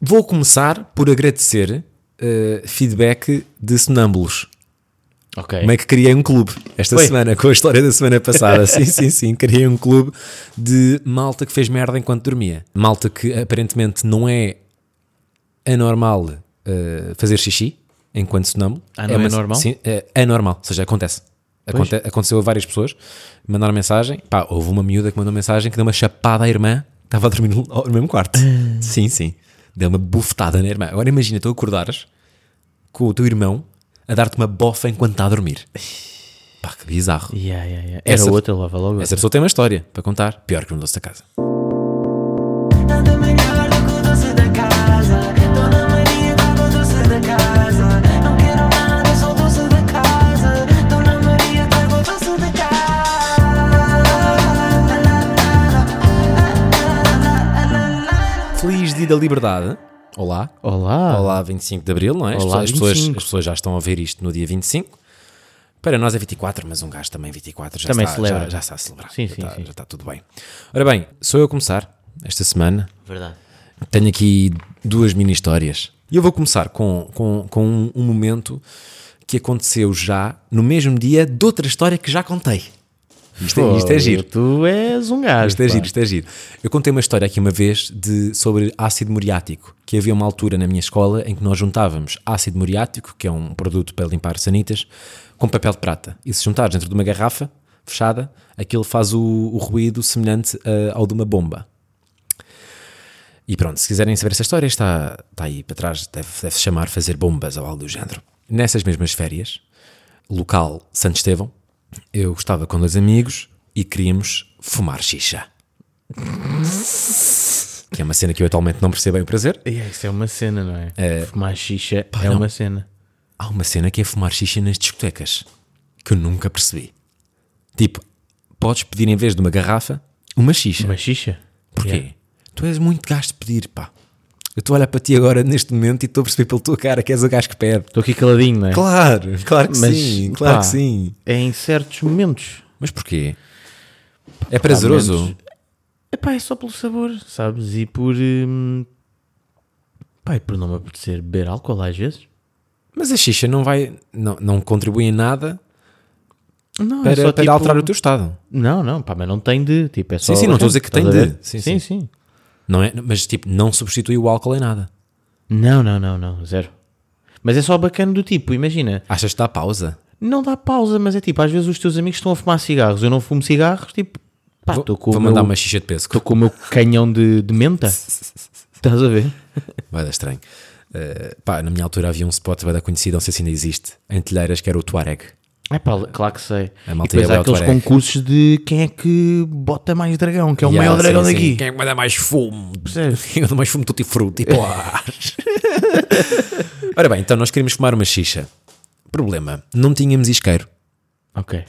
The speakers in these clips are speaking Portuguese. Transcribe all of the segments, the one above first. Vou começar por agradecer eh, feedback de sonâmbulos. Ok. Como é que criei um clube esta Foi? semana, com a história da semana passada? sim, sim, sim. Criei um clube de malta que fez merda enquanto dormia. Malta que aparentemente não é anormal eh, fazer xixi enquanto sonâmbulo. Ah, não é normal? Sim, é anormal, ou seja, acontece. Aconte- aconteceu a várias pessoas, mandaram mensagem. Pá, houve uma miúda que mandou mensagem que deu uma chapada à irmã, estava a dormir no, no mesmo quarto. Ah. sim, sim. Deu uma bufetada na irmã. Agora imagina, tu acordares com o teu irmão a dar-te uma bofa enquanto está a dormir. Pá, que bizarro. Yeah, yeah, yeah. Era Essa- outra, lava logo. Essa pessoa tem uma história para contar, pior que um doce da casa. Nada melhor do que o doce da casa. Dona Maria dá o doce da casa. Não quero nada, só o doce da casa. Dona Maria dá o doce da casa. Feliz Dia da Liberdade. Olá. Olá. Olá, 25 de Abril, não é? As Olá, pessoas- as, pessoas, 25. as pessoas já estão a ver isto no dia 25. Para nós é 24, mas um gajo também 24 já, Também está, celebra. já, já está a celebrar. Sim, já, sim, está, sim. já está tudo bem. Ora bem, sou eu a começar esta semana. Verdade. Tenho aqui duas mini histórias. E eu vou começar com, com, com um, um momento que aconteceu já no mesmo dia de outra história que já contei. Isto, é- isto é giro. Tu és um gajo. Isto é pá. giro, isto é giro. Eu contei uma história aqui uma vez de, sobre ácido muriático, que havia uma altura na minha escola em que nós juntávamos ácido muriático, que é um produto para limpar sanitas, com papel de prata. E se juntares dentro de uma garrafa fechada, aquilo faz o, o ruído semelhante eh, ao de uma bomba. E pronto, se quiserem saber essa história, está, está aí para trás, deve, deve-se chamar fazer bombas ou algo do género. Nessas mesmas férias, local Santo Estevão, eu estava com dois amigos e queríamos fumar xixa. que é uma cena que eu atualmente não percebo bem o prazer. Yeah, isso é uma cena, não é? Fumar xixa é não. uma cena. Há uma cena que é fumar xixa nas discotecas, que eu nunca percebi. Tipo, podes pedir em vez de uma garrafa, uma xixa. Uma xixa? Porquê? Yeah. Tu és muito gajo de pedir, pá. Eu estou a olhar para ti agora neste momento e estou a perceber pela tua cara que és o gajo que pede. Estou aqui caladinho, não é? Claro, claro que Mas, sim, claro pá, que sim. É em certos momentos. Mas porquê? É prazeroso? Epá, é só pelo sabor, sabes? E por. Hum... Pá, e por não me apetecer beber álcool às vezes. Mas a xixa não vai, não, não contribui em nada Não, para, para tipo- alterar o teu estado. Não, não, pá, mas não tem de. Tipo, é só Sim, sim, não estou a dizer que tem Estás a de. ver? Sim, Sim, sim. sim. Não é? Mas tipo, não substitui o álcool em nada. Não, não, não, não, zero. Mas é só bacana do tipo, imagina. Achas que dá pausa? Não dá pausa, mas é tipo, às vezes os teus amigos estão a fumar cigarros. Eu não fumo cigarros, tipo, pá, Vou, estou com, vou o mandar meu- uma xixa de pesco. tô com o meu canhão de, de menta. Estás a ver? Vai dar estranho. Eh, pá, na minha altura havia um spot, vai dar conhecido, não sei se ainda existe, em Telheiras, que era o Tuareg. É pá, claro que sei. A malta e ia depois há lá ao aqueles Tuareg. concursos de quem é que bota mais dragão, que é o Yeah, maior sim, dragão sim. daqui. Quem é que vai dar mais fumo? Percebes? Quem é que dá mais fumo tutti frutti? Pô. Ora bem, então nós queríamos fumar uma xixa. Problema, não tínhamos isqueiro. Ok.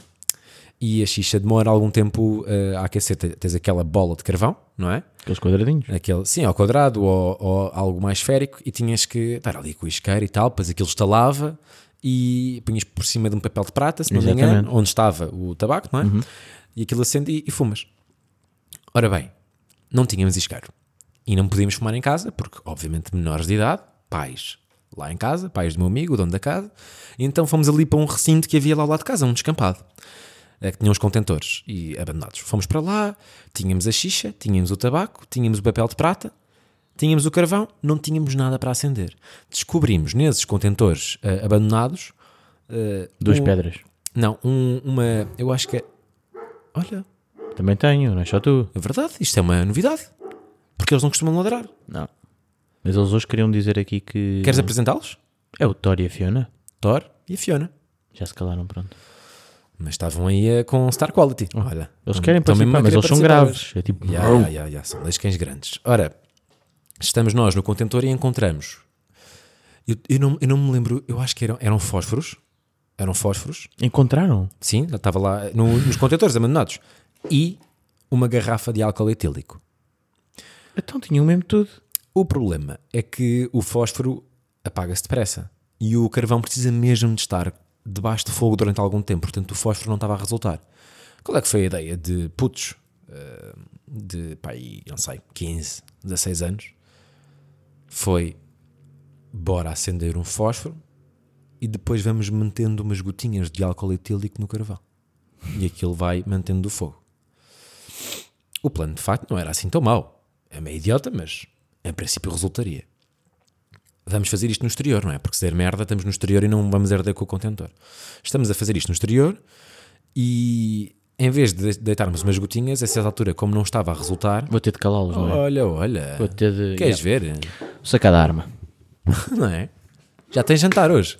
E a xixa demora algum tempo eh, a aquecer. Te- Tens aquela bola de carvão, não é? Aqueles quadradinhos. Aquele, sim, ao quadrado ou, ou algo mais esférico. E tinhas que estar ali com o isqueiro e tal. Depois aquilo estalava e punhas por cima de um papel de prata, se não me engano, Exatamente. onde estava o tabaco, não é? E aquilo acende e, e fumas. Ora bem, não tínhamos isqueiro. E não podíamos fumar em casa, porque, obviamente, menores de idade, pais lá em casa, pais do meu amigo, o dono da casa. E então fomos ali para um recinto que havia lá ao lado de casa, um descampado, eh, que tinha uns contentores e abandonados. Fomos para lá, tínhamos a xixa, tínhamos o tabaco, tínhamos o papel de prata, tínhamos o carvão, não tínhamos nada para acender. Descobrimos nesses contentores eh, abandonados Duas um- pedras. Não, um- uma. Eu acho que. é- Olha, Também tenho, não é só tu. é verdade, isto é uma novidade. Porque eles não costumam ladrar. Não. Mas eles hoje queriam dizer aqui que. Queres apresentá-los? É o Thor e a Fiona. Thor e a Fiona. Já se calaram, pronto. Mas estavam aí eh, com Star Quality. Olha, Oh, Eles querem estão mesmo a querer participar, mas eles são participar graves. É tipo. hoje. Ya, ya, ya, ya, são dois cães grandes. Ora, estamos nós no contentor e encontramos. Eu, eu não, eu não me lembro, eu acho que eram, eram fósforos. Eram fósforos, Encontraram? sim, já estava lá eh, no- nos contentores abandonados. E uma garrafa de álcool etílico. Então tinham mesmo tudo. O problema é que o fósforo apaga-se depressa e o carvão precisa mesmo de estar debaixo de fogo durante algum tempo, portanto o fósforo não estava a resultar. Qual é que foi a ideia de putos eh, de, pá, aí, não sei, 15, 16 anos, foi bora acender um fósforo e depois vamos mantendo umas gotinhas de álcool etílico no carvão. E aquilo vai mantendo o fogo. O plano de facto não era assim tão mau. É meio idiota, mas em princípio resultaria. Vamos fazer isto no exterior, não é? Porque se der merda, estamos no exterior e não vamos arder com o contentor. Estamos a fazer isto no exterior e em vez de deitarmos umas gotinhas, a certa altura, como não estava a resultar, Vou ter de calá-los, não é? olha, olha, Vou ter de. queres ver? Vou sacar da arma. Não é? Já tens jantar hoje.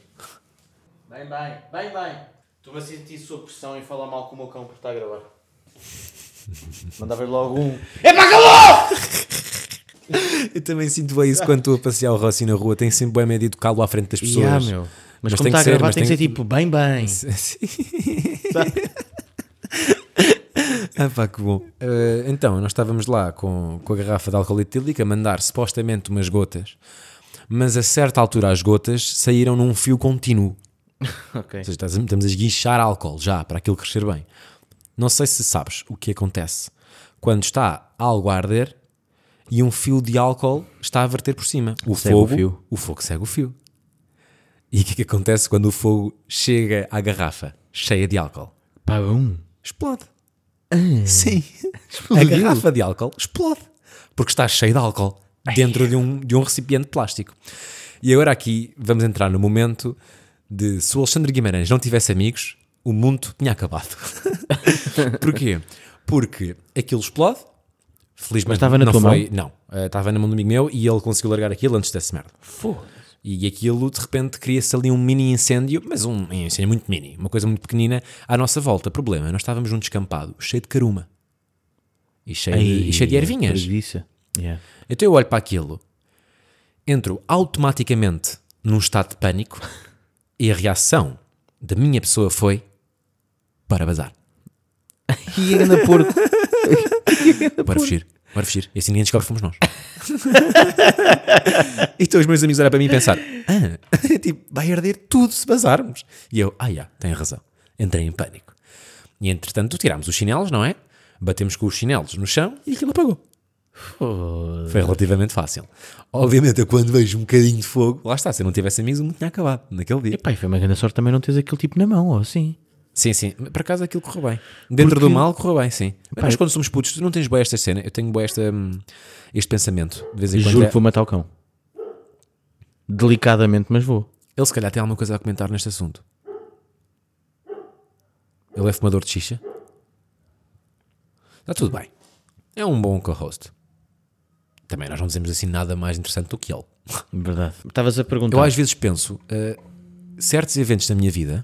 Bem, bem, bem, bem. Estou-me a sentir sob pressão em falar mal com o meu cão porque está a gravar. Manda ver logo um. Eu também sinto bem isso quando estou a passear o Rossi na rua, tenho sempre bem medo de educá-lo à frente das pessoas. Yeah, meu. Mas, Mas como tem está a que ser, gravar, mas tem que tem ser tipo bem, bem. Ah, pá, que bom. Eh, então, nós estávamos lá com, com a garrafa de álcool etílico a mandar supostamente umas gotas, mas a certa altura as gotas saíram num fio contínuo. Ok. Ou seja, estás a- estamos a esguichar álcool já para aquilo crescer bem. Não sei se sabes o que acontece quando está algo a arder e um fio de álcool está a verter por cima. O Segue o fogo, o, fio. fogo segue o fio. E o que é que acontece quando o fogo chega à garrafa cheia de álcool? Pá, um. Explode. Ah. Sim. A garrafa de álcool explode. Porque está cheia de álcool dentro de um, de um recipiente de plástico. E agora aqui vamos entrar no momento de se o Alexandre Guimarães não tivesse amigos, o mundo tinha acabado. Porquê? Porque aquilo explode. Felizmente Mas estava na não tua foi, Não, eh, estava na mão do amigo meu e ele conseguiu largar aquilo antes dessa merda. E aquilo, de repente, cria-se ali um mini incêndio, mas um incêndio muito mini, uma coisa muito pequenina, à nossa volta. Problema, nós estávamos num descampado cheio de caruma e cheio, de, e cheio de ervinhas. Preguiça. Yeah. Então eu olho para aquilo, entro automaticamente num estado de pânico e a reação da minha pessoa foi para bazar. E ainda porco. Bora fugir, bora fugir. E assim ninguém descobre que fomos nós. e então os meus amigos olharam para mim e pensar: ah, tipo, vai arder tudo se vazarmos. E eu, ah, já, tem razão. Entrei em pânico. E entretanto, tirámos os chinelos, não é? Batemos com os chinelos no chão e aquilo apagou. Foi relativamente fácil. Obviamente, eu quando vejo um bocadinho de fogo, lá está, se eu não tivesse amigos, o mundo tinha acabado naquele dia. Epá, e foi uma grande sorte também não teres aquele tipo na mão, ou assim. Sim, sim. Por acaso aquilo correu bem. Dentro do mal correu bem, sim. Mas quando somos putos, tu não tens boa esta cena. Eu tenho boa esta, hum, este pensamento. De vez em quando. Juro é- que vou matar o cão. Delicadamente, mas vou. Ele se calhar tem alguma coisa a comentar neste assunto. Ele é fumador de xixa? Está tudo bem. É um bom co-host. Também nós não dizemos assim nada mais interessante do que ele. Verdade. Estavas a perguntar. Eu às vezes penso, eh, certos eventos da minha vida,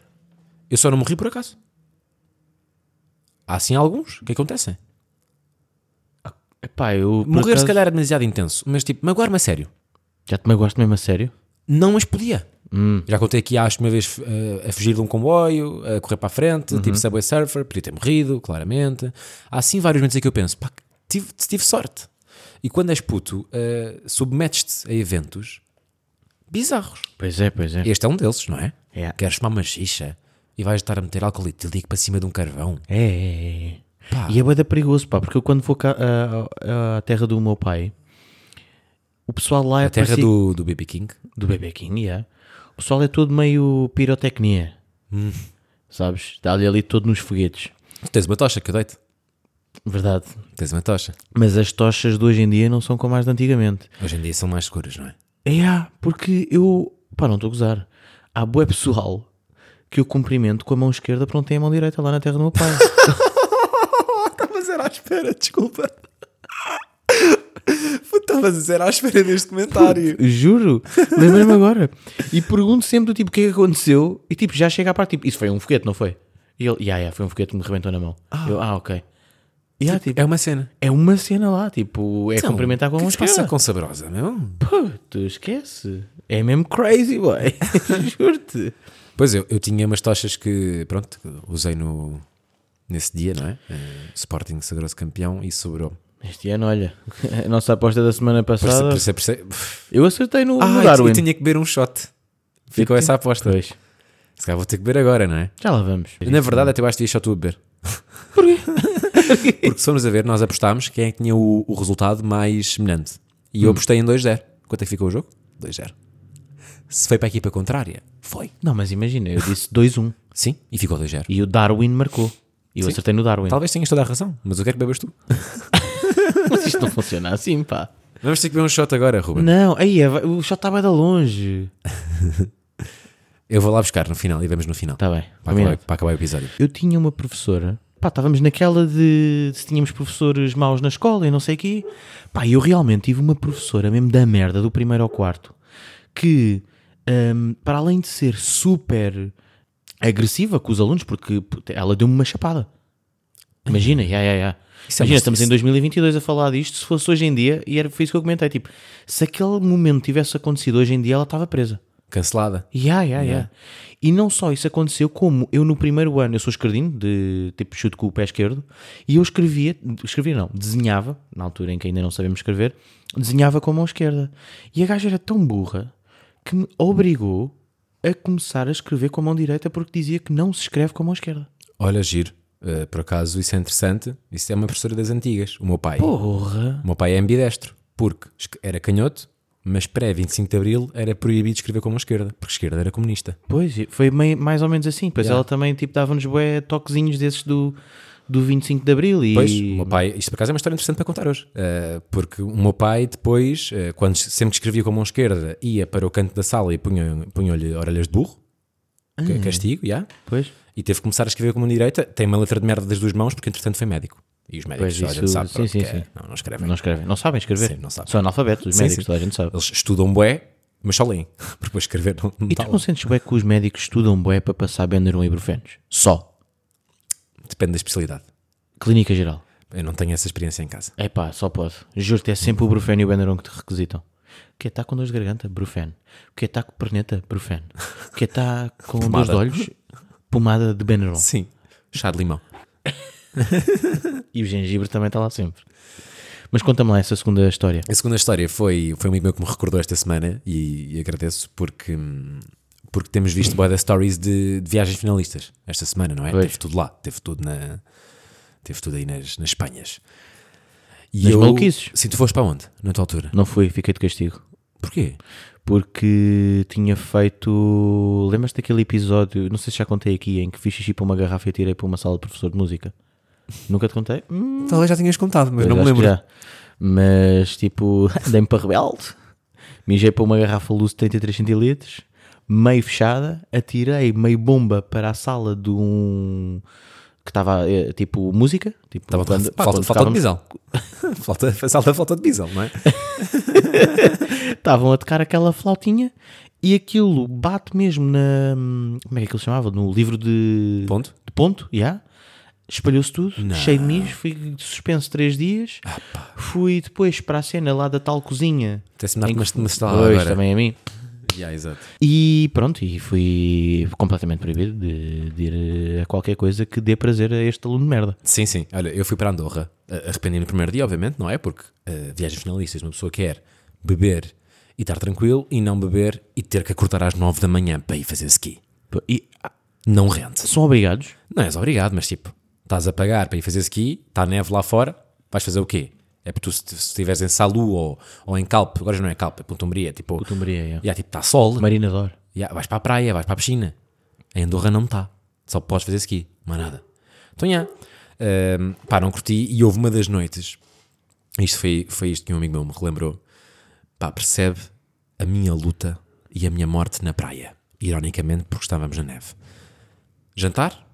eu só não morri por acaso. Há sim alguns que acontecem. Epá, eu por Morrer acaso, se calhar é demasiado intenso, mas tipo, magoar-me a sério. Já te magoaste mesmo a sério? não as podia. Hum. Já contei aqui, acho, uma vez eh, a fugir de um comboio, a correr para a Uhum. frente, tipo Subway Surfer, podia ter morrido, claramente. Há sim vários momentos em que eu penso, pá, tive, tive sorte. E quando és puto, eh, submetes-te a eventos bizarros. Pois é, pois é. Este é um deles, não é? É. Queres fumar uma xixa e vais estar a meter álcool etílico para cima de um carvão. É, é, é. Pá. E é bué da perigoso, pá, porque eu quando vou cá à- à- à terra do meu pai, o pessoal lá é A terra parecido- do, do BB King. do bebê King, yeah. o pessoal é todo meio pirotecnia, sabes? Está-lhe ali todo nos foguetes, Tu tens uma tocha que eu deito. verdade. Tens uma tocha. Mas as tochas de hoje em dia não são como as de antigamente. Hoje em dia são mais escuras, não é? É, há, porque eu, pá, não estou a gozar, há bué pessoal que eu cumprimento com a mão esquerda porque não tem a mão direita lá na terra do meu pai. Estavas era à espera, desculpa. Estavas era à espera deste comentário. Juro, lembrei-me agora. E pergunto sempre do tipo o que é que aconteceu. E tipo, já chega à parte, tipo, isso foi um foguete, não foi? E ele, yeah, yeah, foi um foguete que me rebentou na mão. Eu, ah, ok. E há, tipo, É uma cena. é uma cena lá, tipo, é Então, cumprimentar com a o que mão é que se passa esquerda. com Sabrosa, não? Pô, tu esquece. É mesmo crazy, boy. Juro-te. Pois eu, eu tinha umas tochas que, pronto, que usei no, nesse dia, não é? Eh, Sporting Sabroso campeão e sobrou. Este ano, olha, a nossa aposta da semana Por isso, passada, por isso, por isso- Pff. eu acertei no, no Ah, eu Darwin. tinha que beber um shot. Ficou Eu essa aposta. Pois, Se calhar vou ter que beber agora, não é? já lá vamos. Na verdade, até eu acho que devia só tu a beber. Hum. Porquê? Porque se formos a ver, nós apostámos quem é que tinha o, o resultado mais semelhante. E eu apostei em 2-0. Quanto é que ficou o jogo? 2-0. Se foi para a equipa contrária, foi. Não, mas imagina, eu disse 2-1 Sim, e ficou 2-0. e o Darwin marcou. E eu acertei no Darwin. Talvez tenhas toda a razão, mas eu quero que bebas tu. Mas isto não funciona assim, pá. Vamos ter que beber um shot agora, Ruben. Não, aí é- o shot estava da longe. Eu vou lá buscar no final e vemos no final. Está bem. para, Tá combinado. acabar, para acabar o episódio. Eu tinha uma professora, pá, estávamos naquela de se tínhamos professores maus na escola e não sei o quê. Pá, eu realmente tive uma professora mesmo da merda, do primeiro ao quarto, que hum, para além de ser super agressiva com os alunos, porque puta, ela deu-me uma chapada. Imagina, ya, ya, ya. Isso é Imagina, uma- estamos em 2022 a falar disto, se fosse hoje em dia, e era, foi isso que eu comentei, tipo, se aquele momento tivesse acontecido hoje em dia, ela estava presa. Cancelada. Ya, ya, ya. E não só isso aconteceu, como eu no primeiro ano, eu sou esquerdino, de tipo chute com o pé esquerdo, e eu escrevia, escrevia não, desenhava, na altura em que ainda não sabemos escrever, desenhava com a mão esquerda. E a gaja era tão burra que me obrigou a começar a escrever com a mão direita porque dizia que não se escreve com a mão esquerda. Olha, giro. Uh, por acaso, isso é interessante. Isso é uma professora das antigas. O meu pai. Porra! O meu pai é ambidestro, porque esque- era canhoto, mas pré-25 de Abril era proibido escrever com a mão esquerda, porque a esquerda era comunista. Pois, e foi mei- mais ou menos assim. Pois Ya. ela também tipo dava-nos bué toquezinhos desses do, do 25 de Abril e... Pois, o meu pai, isto por acaso é uma história interessante para contar hoje, eh, porque o meu pai depois, eh, quando se- sempre que escrevia com a mão esquerda, ia para o canto da sala e punha- punham-lhe orelhas de burro, que Hum. é castigo, já, Pois. e teve que começar a escrever com a mão direita, tem uma letra de merda das duas mãos, porque entretanto foi médico. E os médicos, Pois, só a gente isso- sabe, sim, pronto, sim, que é- sim. não, não escrevem. Não escrevem, não sabem escrever. Sim, não sabem. São analfabetos, os Sim, médicos, sim. toda a gente sabe. Eles estudam bué, mas só leem, porque depois escrever não, não E tá tu lá. não sentes bué que os médicos estudam bué para passar Benuron e Ibuprofenos? Só. Depende da especialidade. Clínica geral. Eu não tenho essa experiência em casa. É pá, só pode. Juro-te, é sempre o Ibuprofeno e o Benuron que te requisitam. O que está com dor de garganta? Brufeno. O que está com perneta? Brufeno. O que está com dor Pomada. de olhos? Pomada de Benuron. Sim, chá de limão. E o gengibre também está lá sempre. Mas conta-me lá essa segunda história. A segunda história foi, foi um amigo meu que me recordou esta semana e, e agradeço porque, hum, porque temos visto boa stories de, de viagens finalistas esta semana, não é? Pois. Teve tudo lá, teve tudo, na, teve tudo aí nas, nas Espanhas. E Nas maluquices. Sim, tu foste para onde, na tua altura? Não fui, fiquei de castigo. Porquê? Porque tinha feito. Lembras-te daquele episódio? Não sei se já contei aqui, em que fiz xixi para uma garrafa e tirei para uma sala de professor de música. Nunca te contei? Hum, Talvez já tinhas contado, mas Pois, não me acho que lembro. já. Mas tipo, dei-me para rebelde, mijei para uma garrafa luz de 33 centilitros, meio fechada, atirei meio bomba para a sala de um. que estava eh, tipo música. Tipo, Estava quando- pá, falta, quando falta de tocávamos- bisal. falta, falta, falta de bisal, não é? estavam a tocar aquela flautinha e aquilo bate mesmo na. Como é que aquilo se chamava? No livro de. Ponto. De ponto, já. Espalhou-se tudo, cheio de mijo, fui suspenso três dias. Ah, fui depois para a cena lá da tal cozinha. Até-se me dá em que- uma- uma estalada Pois, agora. também a mim. Já, exato. E pronto, e fui completamente proibido de, de ir a qualquer coisa que dê prazer a este aluno de merda. Sim, sim. Olha, eu fui para Andorra, a- arrependi no primeiro dia, obviamente, não é? Porque eh, viagens finalistas, uma pessoa quer beber e estar tranquilo e não beber e ter que acordar às 9 da manhã para ir fazer ski. Pô, E ah, Não rende. são obrigados. Não és obrigado, mas tipo, estás a pagar para ir fazer ski, está neve lá fora, vais fazer o quê? É porque tu, se se estiveres em Salu ou, ou em Calpe, agora já não é Calpe, é Pontumbria, tipo, Cotumbaria, já, tipo, está sol, Marinador. Ya, vais para a praia, vais para a piscina. Em Andorra não está. Só podes fazer ski, mais nada. Então, já. Ahm, pá, não curti. E houve uma das noites. Isto foi, foi isto que um amigo meu me relembrou. Pá, percebe a minha luta e a minha morte na praia. Ironicamente, porque estávamos na neve. Jantar.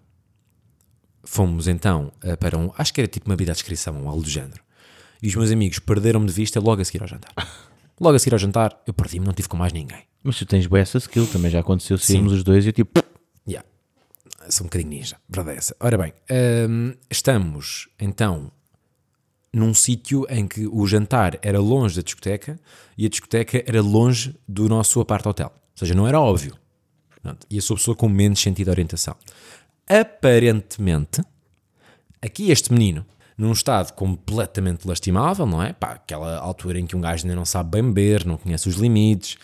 Fomos então ah, para um. Acho que era tipo uma vida à descrição, um algo do género. E os meus amigos perderam-me de vista logo a seguir ao jantar. Logo a seguir ao jantar, eu perdi-me, não tive com mais ninguém. Mas tu tens boa essa skill, também já aconteceu sermos os dois e eu tipo. Yeah. Sou um bocadinho ninja, verdade é essa. Ora bem, hum, estamos então num sítio em que o jantar era longe da discoteca e a discoteca era longe do nosso apart hotel. Ou seja, não era óbvio. Pronto, E eu sou a pessoa com menos sentido de orientação. Aparentemente, aqui este menino, num estado completamente lastimável, não é? Pá, aquela altura em que um gajo ainda não sabe bem beber, não conhece os limites,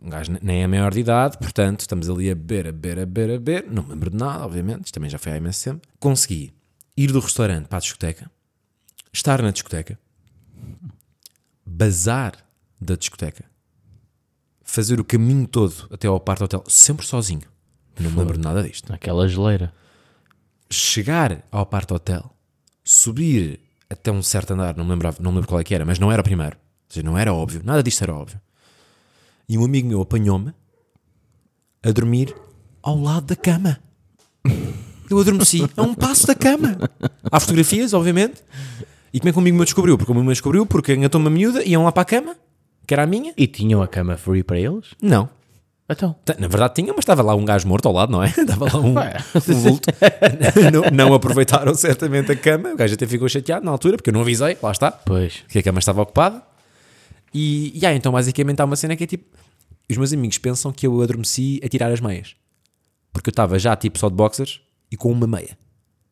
um gajo ne- nem é maior de idade, portanto, estamos ali a beber, a beber, a beber, a beber, não me lembro de nada, obviamente, isto também já foi há imenso tempo. Consegui ir do restaurante para a discoteca, estar na discoteca, bazar da discoteca, fazer o caminho todo até ao parto hotel, sempre sozinho. Não me lembro de nada disto Naquela geleira. chegar ao parte hotel, subir até um certo andar, não me, lembrava, não me lembro qual é que era, mas não era o primeiro. Ou seja, não era óbvio, nada disto era óbvio. E um amigo meu apanhou-me a dormir ao lado da cama. Eu adormeci a um passo da cama. Há fotografias, obviamente. E como é que o amigo meu descobriu? Porque o amigo meu descobriu porque engatou-me a miúda, iam lá para a cama, que era a minha. E tinham a cama free para eles? Não. Então. T- Na verdade tinha, mas estava lá um gajo morto ao lado, não é? Estava lá um, um vulto. não, não aproveitaram certamente a cama. O gajo até ficou chateado na altura, porque eu não avisei, lá está, Pois. que a cama estava ocupada. E, e ah, então basicamente há uma cena que é tipo: os meus amigos pensam que eu adormeci a tirar as meias, porque eu estava já tipo só de boxers e com uma meia.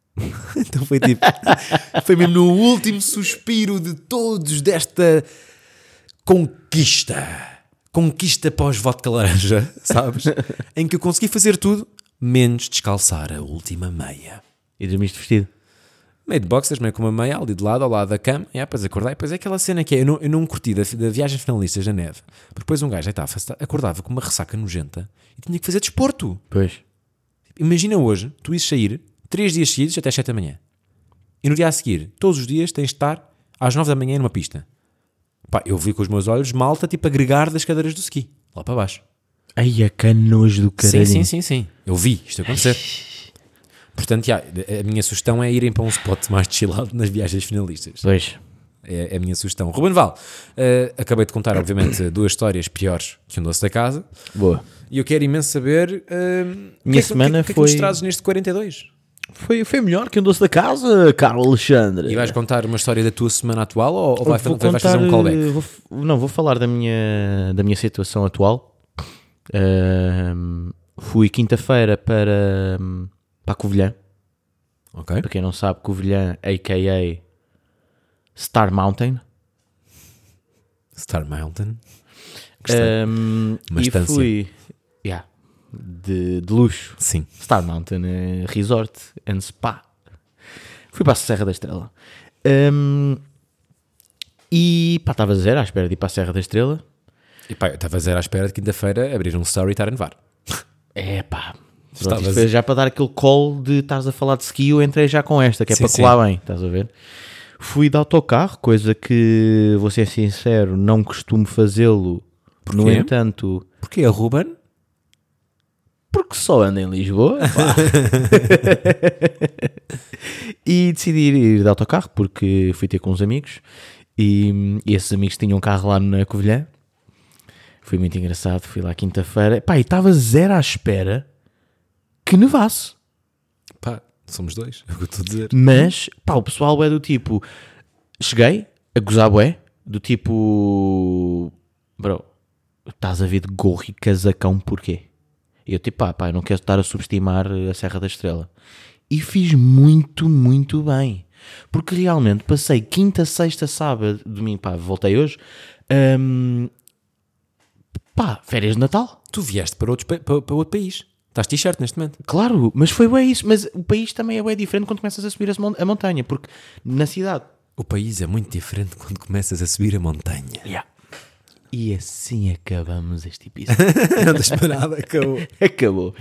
então foi tipo, foi mesmo no último suspiro de todos desta conquista, conquista pós-vodka laranja, sabes? em que eu consegui fazer tudo, menos descalçar a última meia. E dormiste vestido. Meio de boxers, meio com uma meia ali de lado, ao lado da cama, e depois acordar, e depois é aquela cena que é, eu não, eu não curti da, da viagem finalistas da neve, porque depois um gajo aí estava, acordava com uma ressaca nojenta e tinha que fazer desporto. Pois. Imagina hoje, tu ires sair três dias seguidos até às 7 da manhã, e no dia a seguir, todos os dias tens de estar às 9 da manhã numa pista. Pá, eu vi com os meus olhos malta tipo agregar das cadeiras do ski, lá para baixo. Ai, a canos do caralho. Sim, sim, sim, sim. Eu vi isto acontecer. Portanto, já, a minha sugestão é irem para um spot mais chillado nas viagens finalistas. Pois. É é a minha sugestão. Ruben Val, eh, acabei de contar, obviamente, duas histórias piores que um doce da casa. Boa. E eu quero imenso saber. eh, o que Minha é que- semana o que é que nos foi- trazes neste 42? Foi, foi melhor que um doce da casa, Carlos Alexandre. E vais contar uma história da tua semana atual ou, ou vai- Eh, Vou vais fazer um contar, eh, callback? vou f- não, vou falar da minha, da minha situação atual. Ahm, fui quinta-feira para, para Covilhã. Ok. Para quem não sabe, Covilhã, a.k.a. Star Mountain. Star Mountain. Eh, Ahm, Uma e estância. fui yeah, de, de luxo. Sim. Star Mountain eh, Resort and Spa. Fui para a Serra da Estrela. Ahm, e pá, estava a dizer, à espera de ir para a Serra da Estrela. E pá, eu estava a dizer à espera de quinta-feira abrir um story e estar a nevar. É pá. Estavas- Pronto, isto foi já para dar aquele call de estás a falar de ski, eu entrei já com esta, que é Sim, para colar bem, estás a ver? Fui de autocarro, coisa que, vou ser sincero, não costumo fazê-lo. No Porquê? entanto, Porquê, Ruben? porque só ando em Lisboa. pá. e decidi ir de autocarro porque fui ter com uns amigos e, hum, esses amigos tinham um carro lá na Covilhã. Foi muito engraçado, fui lá quinta-feira. Pá, e estava zero à espera que nevasse. Pá, somos dois, é o que eu estou a dizer. Mas, pá, o pessoal é do tipo. Cheguei a gozar bué, do tipo. Bro, estás a vir de gorro e casacão porquê? E eu tipo, pá, pá, eu não quero estar a subestimar a Serra da Estrela. E fiz muito, muito bem. Porque realmente passei quinta, sexta, sábado, domingo, pá, voltei hoje. hum, pá, férias de Natal. Tu vieste para, outros pa- pa- para outro país. Estás t-shirt neste momento. Claro, mas foi bem isso. Mas o país também é bem diferente quando começas a subir as mon- a montanha, porque na cidade. O país é muito diferente quando começas a subir a montanha. E assim acabamos este episódio. Não tens nada, acabou. Acabou.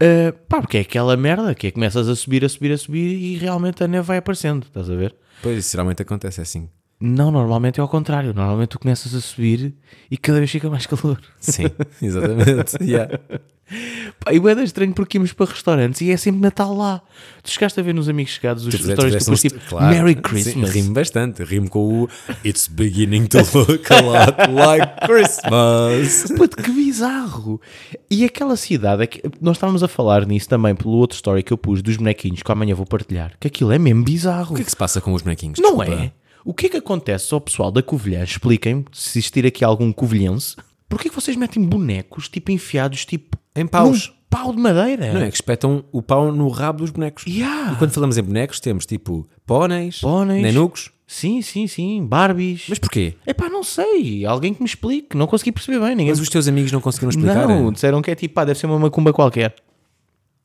Ah, pá, porque é aquela merda que é começas a subir, a subir, a subir e realmente a neve vai aparecendo, estás a ver? Pois, isso geralmente acontece é assim. Não, normalmente é ao contrário. Normalmente tu começas a subir e cada vez fica mais calor. Sim, exatamente. Yeah. Pá, e é estranho porque íamos para restaurantes e é sempre Natal lá. Tu chegaste a ver nos amigos chegados os Tu fizeste- restaurantes fizeste tipo, um- tipo claro. Merry Sim, Christmas. Rimo bastante. Rimo com o It's beginning to look a lot like Christmas. Puto, que bizarro! E aquela cidade, é que nós estávamos a falar nisso também pelo outro story que eu pus dos bonequinhos que amanhã vou partilhar, que aquilo é mesmo bizarro. O que é que se passa com os bonequinhos? Não Desculpa. é? O que é que acontece ao pessoal da Covilhã? Expliquem-me, se existir aqui algum covilhense, porquê que vocês metem bonecos tipo enfiados tipo Em paus. num pau de madeira? Não é que espetam o pau no rabo dos bonecos. Yeah. E quando falamos em bonecos, temos tipo póneis, Póneis. nenucos. Sim, sim, sim, Barbies. Mas porquê? Epá, não sei, alguém que me explique, não consegui perceber bem, ninguém Mas os teus amigos não conseguiram explicar? Não, disseram que é tipo, pá, deve ser uma macumba qualquer.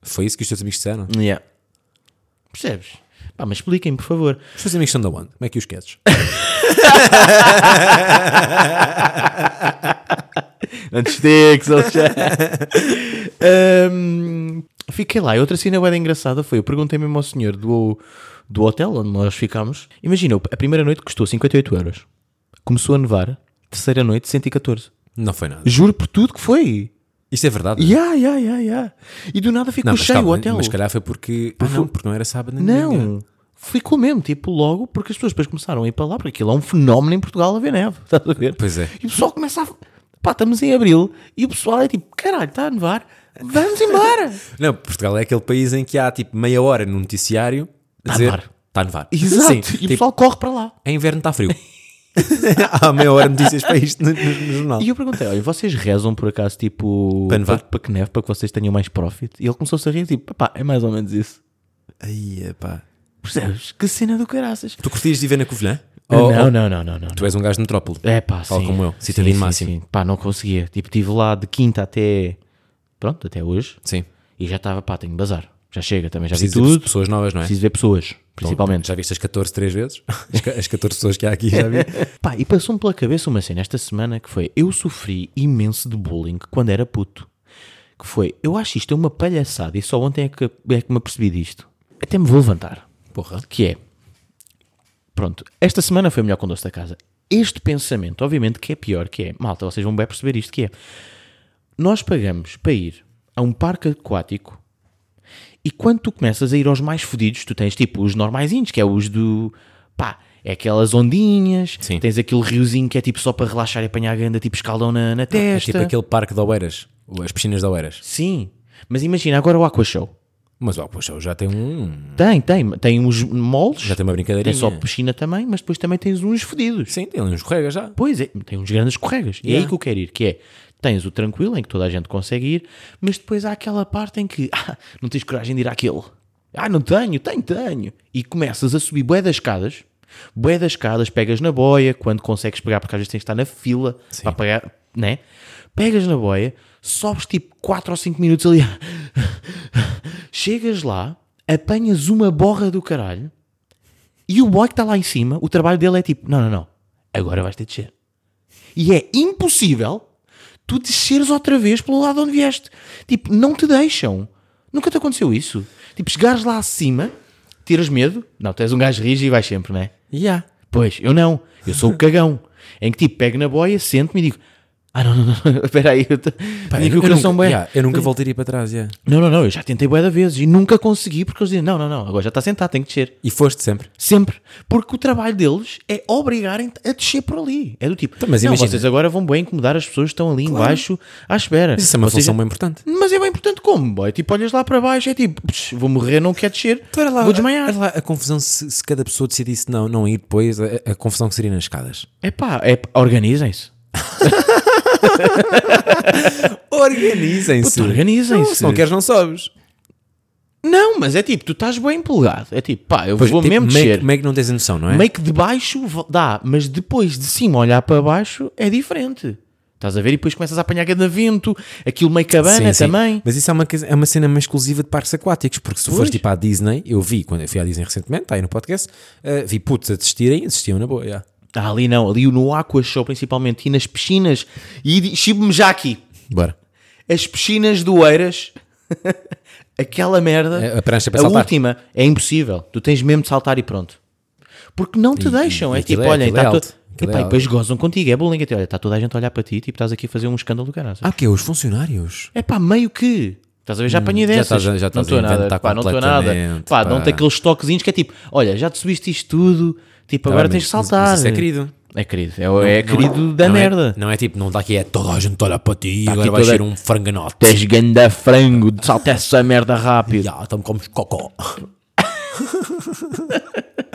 Foi isso que os teus amigos disseram? Yeah. Percebes? Pá, mas expliquem-me, por favor. Os teus amigos são da onde? Como é que os queres? Antes de Alexandre. Ahm, Fiquei lá. E outra cena bem engraçada foi, eu perguntei mesmo ao senhor do, do hotel onde nós ficámos. Imagina, a primeira noite custou 58 euros. Começou a nevar. Terceira noite, 114. Não foi nada. Juro por tudo que foi. Isto é verdade? Ya, ya, ya, ya. E do nada ficou Não, mas, cheio calma, o hotel. mas se calhar foi porque. Ah, não, porque não era sábado nem domingo. Não, ficou mesmo, tipo, logo, porque as pessoas depois começaram a ir para lá, porque aquilo é um fenómeno em Portugal a ver neve, estás a ver? Pois é. E o pessoal começa a. Pá, estamos em abril e o pessoal é tipo, caralho, está a nevar, vamos embora! Não, Portugal é aquele país em que há tipo meia hora no noticiário a a dizer. nevar. Está a nevar. Tá Exato, Sim, e o tipo, pessoal corre para lá. é inverno, está frio. há meia hora notícias para isto no, no- no jornal. E eu perguntei, olha, vocês rezam por acaso, tipo, Ah. Para nevar? para, para que neve, para que vocês tenham mais profit? E ele começou a rir, tipo, pá, é mais ou menos isso. Aí, pá. Percebes? Que cena do caraças! Tu curtias de viver na Covilhã? Ou- não, ou não, não, não, não. Tu és um gajo de metrópole. É pá, Oh, Tal sim. como eu, Sim, citadino sim, máximo. sim. Pá, não conseguia. Tipo, estive lá de quinta até. Pronto, até hoje. Sim. E já estava, pá, tenho bazar. Já chega também, já Preciso vi de tudo. pessoas novas, não é? Preciso ver pessoas, Então, principalmente. Já viste as 14 três vezes? As ca- As 14 pessoas que há aqui, já vi? É Pá, e passou-me pela cabeça uma cena esta semana que foi: eu sofri imenso de bullying quando era puto. Que foi: eu acho isto é uma palhaçada e só ontem é que, é que me apercebi disto. Até me vou levantar. Porra. Que é. Pronto, esta semana foi o melhor condoço da casa. Este pensamento, obviamente, que é pior, que é. Malta, vocês vão bem perceber isto, que é. Nós pagamos para ir a um parque aquático e quando tu começas a ir aos mais fodidos, tu tens tipo os normaisinhos, que é os do. pá, é aquelas ondinhas, Sim. tens aquele riozinho que é tipo só para relaxar e apanhar a ganda, tipo escaldão na, na É testa. tipo aquele parque de Oeiras, ou as piscinas de Oeiras. Sim, mas imagina agora o Aqua Show. Mas, ó, poxa, já tem um. Tem, tem, tem uns moles, Já tem uma brincadeirinha. tem só piscina também, mas depois também tens uns fodidos. Sim, tem ali uns regas já. Pois é, tem uns grandes corregas. E é aí Yeah. que eu quero ir, que é, tens o tranquilo em que toda a gente consegue ir, mas depois há aquela parte em que, ah, não tens coragem de ir àquele. Ah, não tenho, tenho, tenho. E começas a subir bué das escadas, bué das escadas, pegas na boia, quando consegues pegar, porque às vezes tens de estar na fila para pagar, né? Pegas na boia, sobes tipo 4 ou 5 minutos ali, chegas lá, apanhas uma borra do caralho, e o boy que está lá em cima, o trabalho dele é tipo: não, não, não, agora vais ter de descer. E é impossível tu desceres outra vez pelo lado onde vieste. Tipo, não te deixam. Nunca te aconteceu isso. Tipo, chegares lá acima, tiras medo. Não, tu és um gajo rígido e vais sempre, não é? Já. Pois, eu não. Eu sou o cagão. em que tipo, pego na boia, sento-me e digo: ah, não, não, não, espera aí. Eu, tô... Digo o coração nunca, bué. yeah, eu nunca voltaria para trás, yeah. Não, não, não, eu já tentei bué de vezes e nunca consegui porque eles dizem: não, não, não, agora já está sentado, tem que descer. E foste sempre. Sempre. Porque o trabalho deles é obrigarem-te a descer por ali. É do tipo, Então, mas não, imagina- vocês agora vão bem incomodar as pessoas que estão ali embaixo à espera. Mas isso é uma Vocês- função bem importante. Mas é bem importante como, boy? Tipo, olhas lá para baixo, é tipo, "Psh, vou morrer, não quero descer, vou desmaiar. Então era lá a confusão se, se cada pessoa decidisse não, não ir depois, a, a confusão que seria nas escadas. É pá, é, pá, organizem-se. Organizem-se. Puta, organizem-se. Não, Se não queres, não sobes. Não, mas é tipo, tu estás bem empolgado. É tipo, pá, eu vou tipo, mesmo meio, descer. que- meio que não tens a noção, não é? Meio que de baixo vo- dá, mas depois de cima olhar para baixo é diferente. Estás a ver? E depois começas a apanhar cada vento, aquilo meio Sim, cabana sim. também. Mas isso é uma, coisa- é uma cena mais exclusiva de parques aquáticos, porque se Pois. fores tipo à Disney, eu vi quando eu fui à Disney recentemente, está aí no podcast, eh, vi putos a desistirem e desistiam na boa. yeah. Ah, ali não, ali no aqua show principalmente e nas piscinas. E chibo-me já aqui. Bora. As piscinas do Eiras, aquela merda. É, a prancha para a saltar. última é impossível. Tu tens mesmo de saltar e pronto. Porque não te deixam. e é aquilo tipo, é- olhem, aquilo é está alto. tudo. Aquilo é alto. depois gozam contigo, é bullying. até, Olha, está toda a gente a olhar para ti, tipo, estás aqui a fazer um escândalo do caralho. Ah, o quê? Os funcionários? É pá, meio que. Estás a ver? Já apanhei já dessas. estás a- já estás não a estou nada, inventar pá, não estou nada. completamente, Pá, pá. dão-te aqueles toquezinhos que é tipo, olha, já te subiste isto tudo, tipo, Tá agora bem, tens de mas- mas saltar. isso é querido. É querido. É, é querido da Não é- merda. Tá não é tipo, não dá aqui, é toda a gente olha para ti e agora aqui vais toda- ser um franganote. Tu és ganda frango, salta essa merda rápido. Ya, então comes cocó.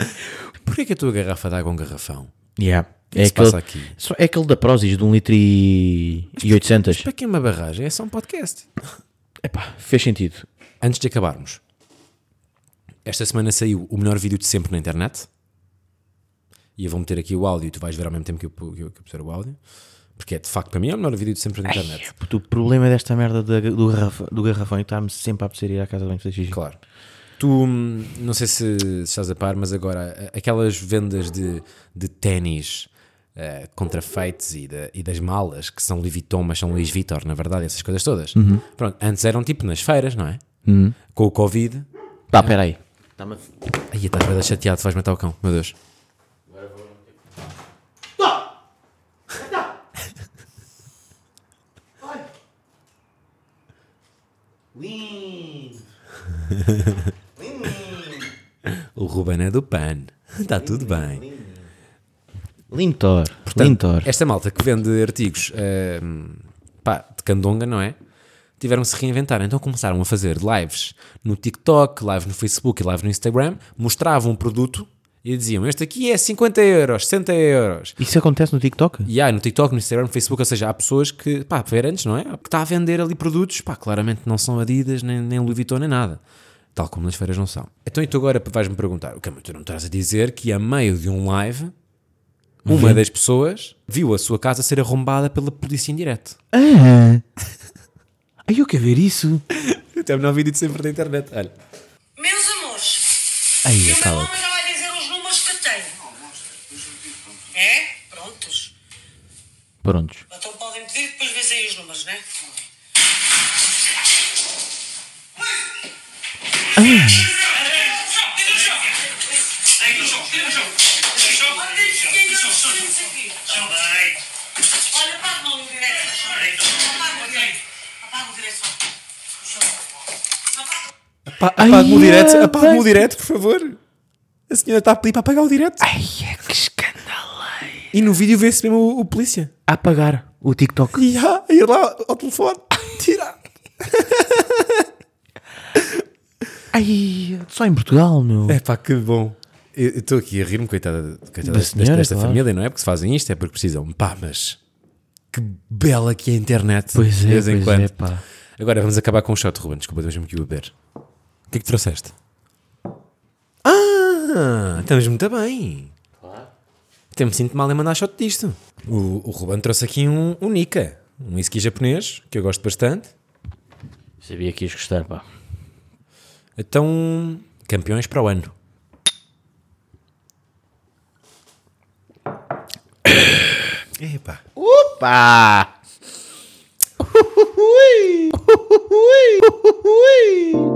Porquê que a tua garrafa dá com um garrafão? Yeah. que É, se aquele, passa aqui? só- é aquele da Prozis de 1 litro e, e 800. Para que é uma barragem? É só um podcast. Epá, fez sentido. Antes de acabarmos, esta semana saiu o melhor vídeo de sempre na internet. E eu vou meter aqui o áudio e tu vais ver ao mesmo tempo que eu, pu- que eu, que eu puser o áudio. Porque é de facto para mim é o melhor vídeo de sempre na internet. Puto, o problema desta merda da- do, garrafa- do garrafão é que está-me sempre a apetecer ir à casa de banho fazer xixi. Claro. Tu Tu, hum, não sei se se estás a par, mas agora, a- aquelas vendas de, de ténis eh, contrafeitos e, da- e das malas, que são Louis Vuitton, mas são Luís Vitor, na verdade, essas coisas todas. Pronto, antes eram tipo nas feiras, não é? Com o Covid. Tá, peraí. Dá-me. Aí estás bem chateado, vais matar o cão, meu Deus. Agora vou. Lindo! Lindo! O Ruben é do PAN. Está tudo bem. Lintor. Portanto, Lintor. Esta malta que vende artigos eh, pá, de candonga, não é? Tiveram-se a reinventar, então começaram a fazer lives no TikTok, live no Facebook e live no Instagram, mostravam um produto e diziam: Este aqui é 50 euros, 60 euros. Isso acontece no TikTok? E há no TikTok, no Instagram, no Facebook, ou seja, há pessoas que, pá, ver antes, não é? Que está a vender ali produtos, pá, claramente não são Adidas, nem, nem Louis Vuitton, nem nada. Tal como nas feiras não são. Então e tu agora vais-me perguntar, o que tu não me estás a dizer que a meio de um live, Uhum. uma das pessoas viu a sua casa ser arrombada pela polícia em direto. Ah! Ai, eu quero ver isso. Até não vídeo de sempre na internet, olha. Meus amores, Ai, e o meu cala-te. homem já vai dizer os números que tem. É? Prontos. Prontos. Então podem pedir, depois vês aí os números, né? Olha, apaga o direto. Apaga o direito. Apaga o direito só. Apaga. Apaga-me o Ai, direto, é, apaga-me o pá. direto, por favor. A senhora está a pedir para apagar o direto. Ai, é que escandaleiro. E no vídeo vê-se mesmo o, o polícia. A apagar o TikTok. E a a ir lá ao telefone. Tirar. Ai, só em Portugal, meu. É pá, que bom. Eu eu estou aqui a rir-me, coitada, coitada Da desta, senhora, desta claro. família, não é? Porque se fazem isto é porque precisam. Pá, mas que bela que é a internet. Pois de é, vez em pois quando. é, pá. Agora vamos acabar com um shot, Ruben. Desculpa, deixa-me aqui beber. O que é que trouxeste? Ah, estamos muito bem. Até me sinto mal em mandar shot disto. O, o Ruben trouxe aqui um, um Nika, um whisky japonês, que eu gosto bastante. Sabia que ias gostar, pá. Então, campeões para o ano. Epá. Uh! Opa! Ui! Ui! Ui!